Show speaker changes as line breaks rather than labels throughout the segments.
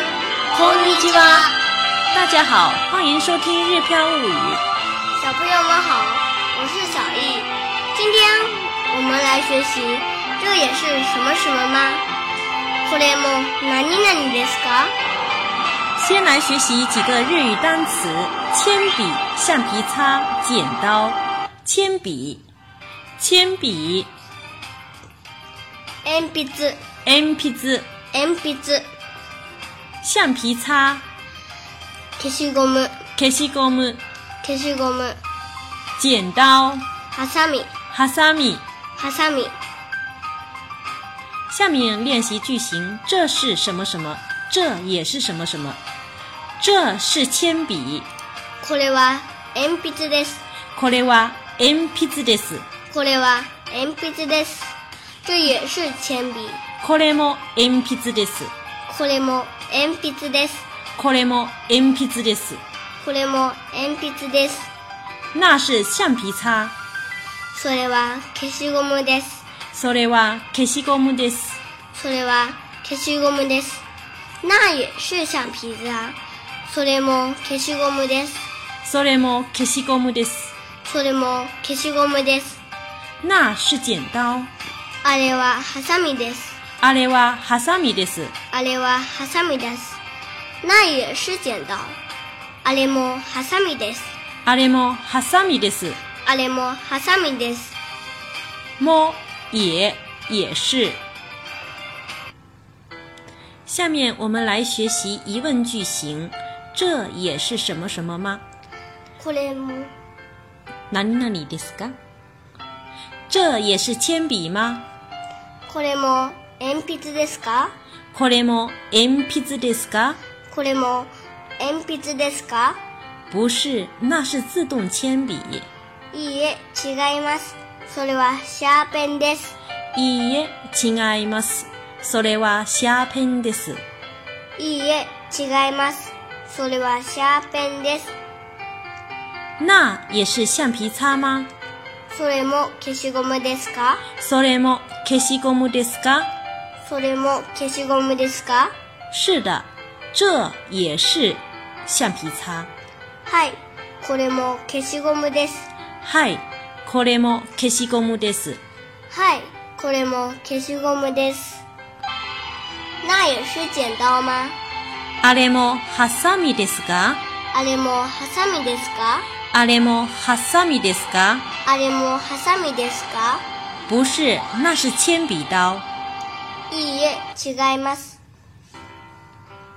んにちは。大家好，欢迎收听《日飘物语》。
小朋友们好，我是小易。今天我们来学习这也是什么什么吗？これも何々ですか？
先来学习几个日语单词：铅笔、橡皮擦、剪刀、铅笔、铅笔、
鉛筆、
鉛筆、
鉛筆、
橡皮擦、
消しゴム、
消しゴム、
消しゴム、
剪刀、
ハサミ、
ハサミ。
ハサミ、
下面练习句型：这是什么什么？这也是什么什么？这是铅笔。
これは鉛筆です。
これは鉛筆です。
これは鉛筆です。这也是铅笔。
これも鉛筆です。
これも鉛筆です。
これも鉛筆です。
これも鉛筆です。
那是橡皮擦。
それは消しゴムです。
それは消しゴムです。
それは消しゴムです。那也是橡皮擦。それも消しゴムです。
それも消しゴムです。
それも消しゴムです。
那是剪刀。
あれはハサミです。
あれはハサミです。
あれはハサミです。那也是剪刀。あれもハサミです。
あれもハサミです。
あれもハサミです。
も、也、也是。下面我们来学习疑问句型。这也是什么什么吗？
これも、
何々ですか？这也是铅笔吗？
これも鉛筆ですか
これも鉛筆ですか？
これも鉛筆ですか
不是，那是自动铅笔。
いいえ、違います。それはシャーペンです。
いいえ、違います。それはシャーペンです。
いいえ、違います。それはシャーペンです。
那也是橡皮擦吗？
それも消しゴムですか
それも消しゴムですか？
それも消しゴムですか
是的，这也是橡皮擦。
はい。これも消しゴムです。
はい、これも消しゴムです。
はい。これも消しゴムです。那也是剪刀吗
あれもハサミですか？
あれもハサミですか
あれもハサミですか？
あれもハサミですか
不是，那是铅笔刀。
いいえ、違います。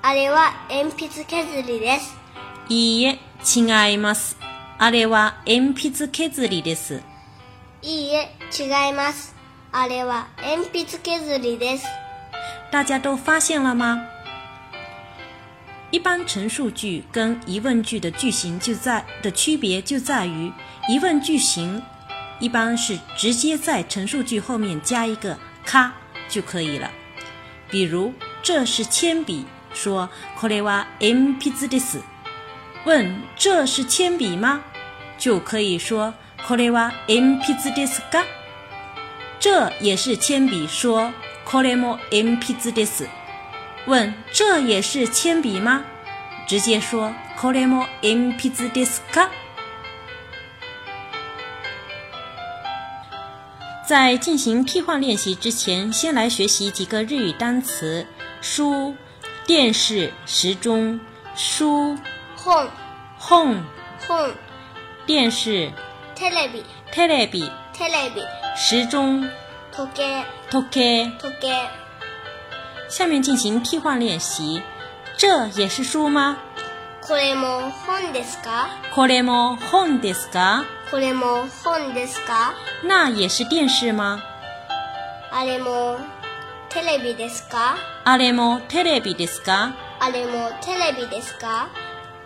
あれは鉛筆削りです。
いいえ、違います。あれは鉛筆削りです。
いいえ、違います。あれは鉛筆削りです。
大家都发现了吗？一般陈述句跟疑问句的句型就在的区别就在于，疑问句型一般是直接在陈述句后面加一个“咔”就可以了。比如，这是铅笔，说これは鉛筆です。问这是铅笔吗？就可以说これは鉛筆ですか？这也是铅笔说これも鉛筆です。问这也是铅笔吗？直接说これも鉛筆ですか？在进行替换练习之前，先来学习几个日语单词：书、电视、时钟、书、
本、
home、
本、
电视、
テレビ、
テレビ、
テレビ、
时钟、
時計、
時計。
時計。
下面进行替换练习。这也是书吗？
これも本ですか
これも本ですか？
これも本ですか
那也是电视吗？
あれもテレビですか
あれもテレビですか？
あれもテレビですか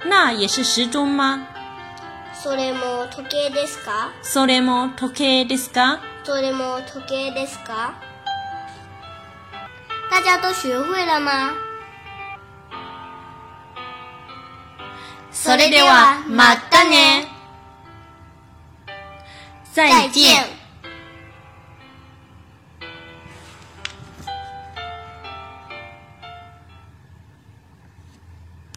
那也是时钟吗？
それも時計ですか
それも時計ですか？
それも時計ですか大家都学会了吗それではまたね
再见。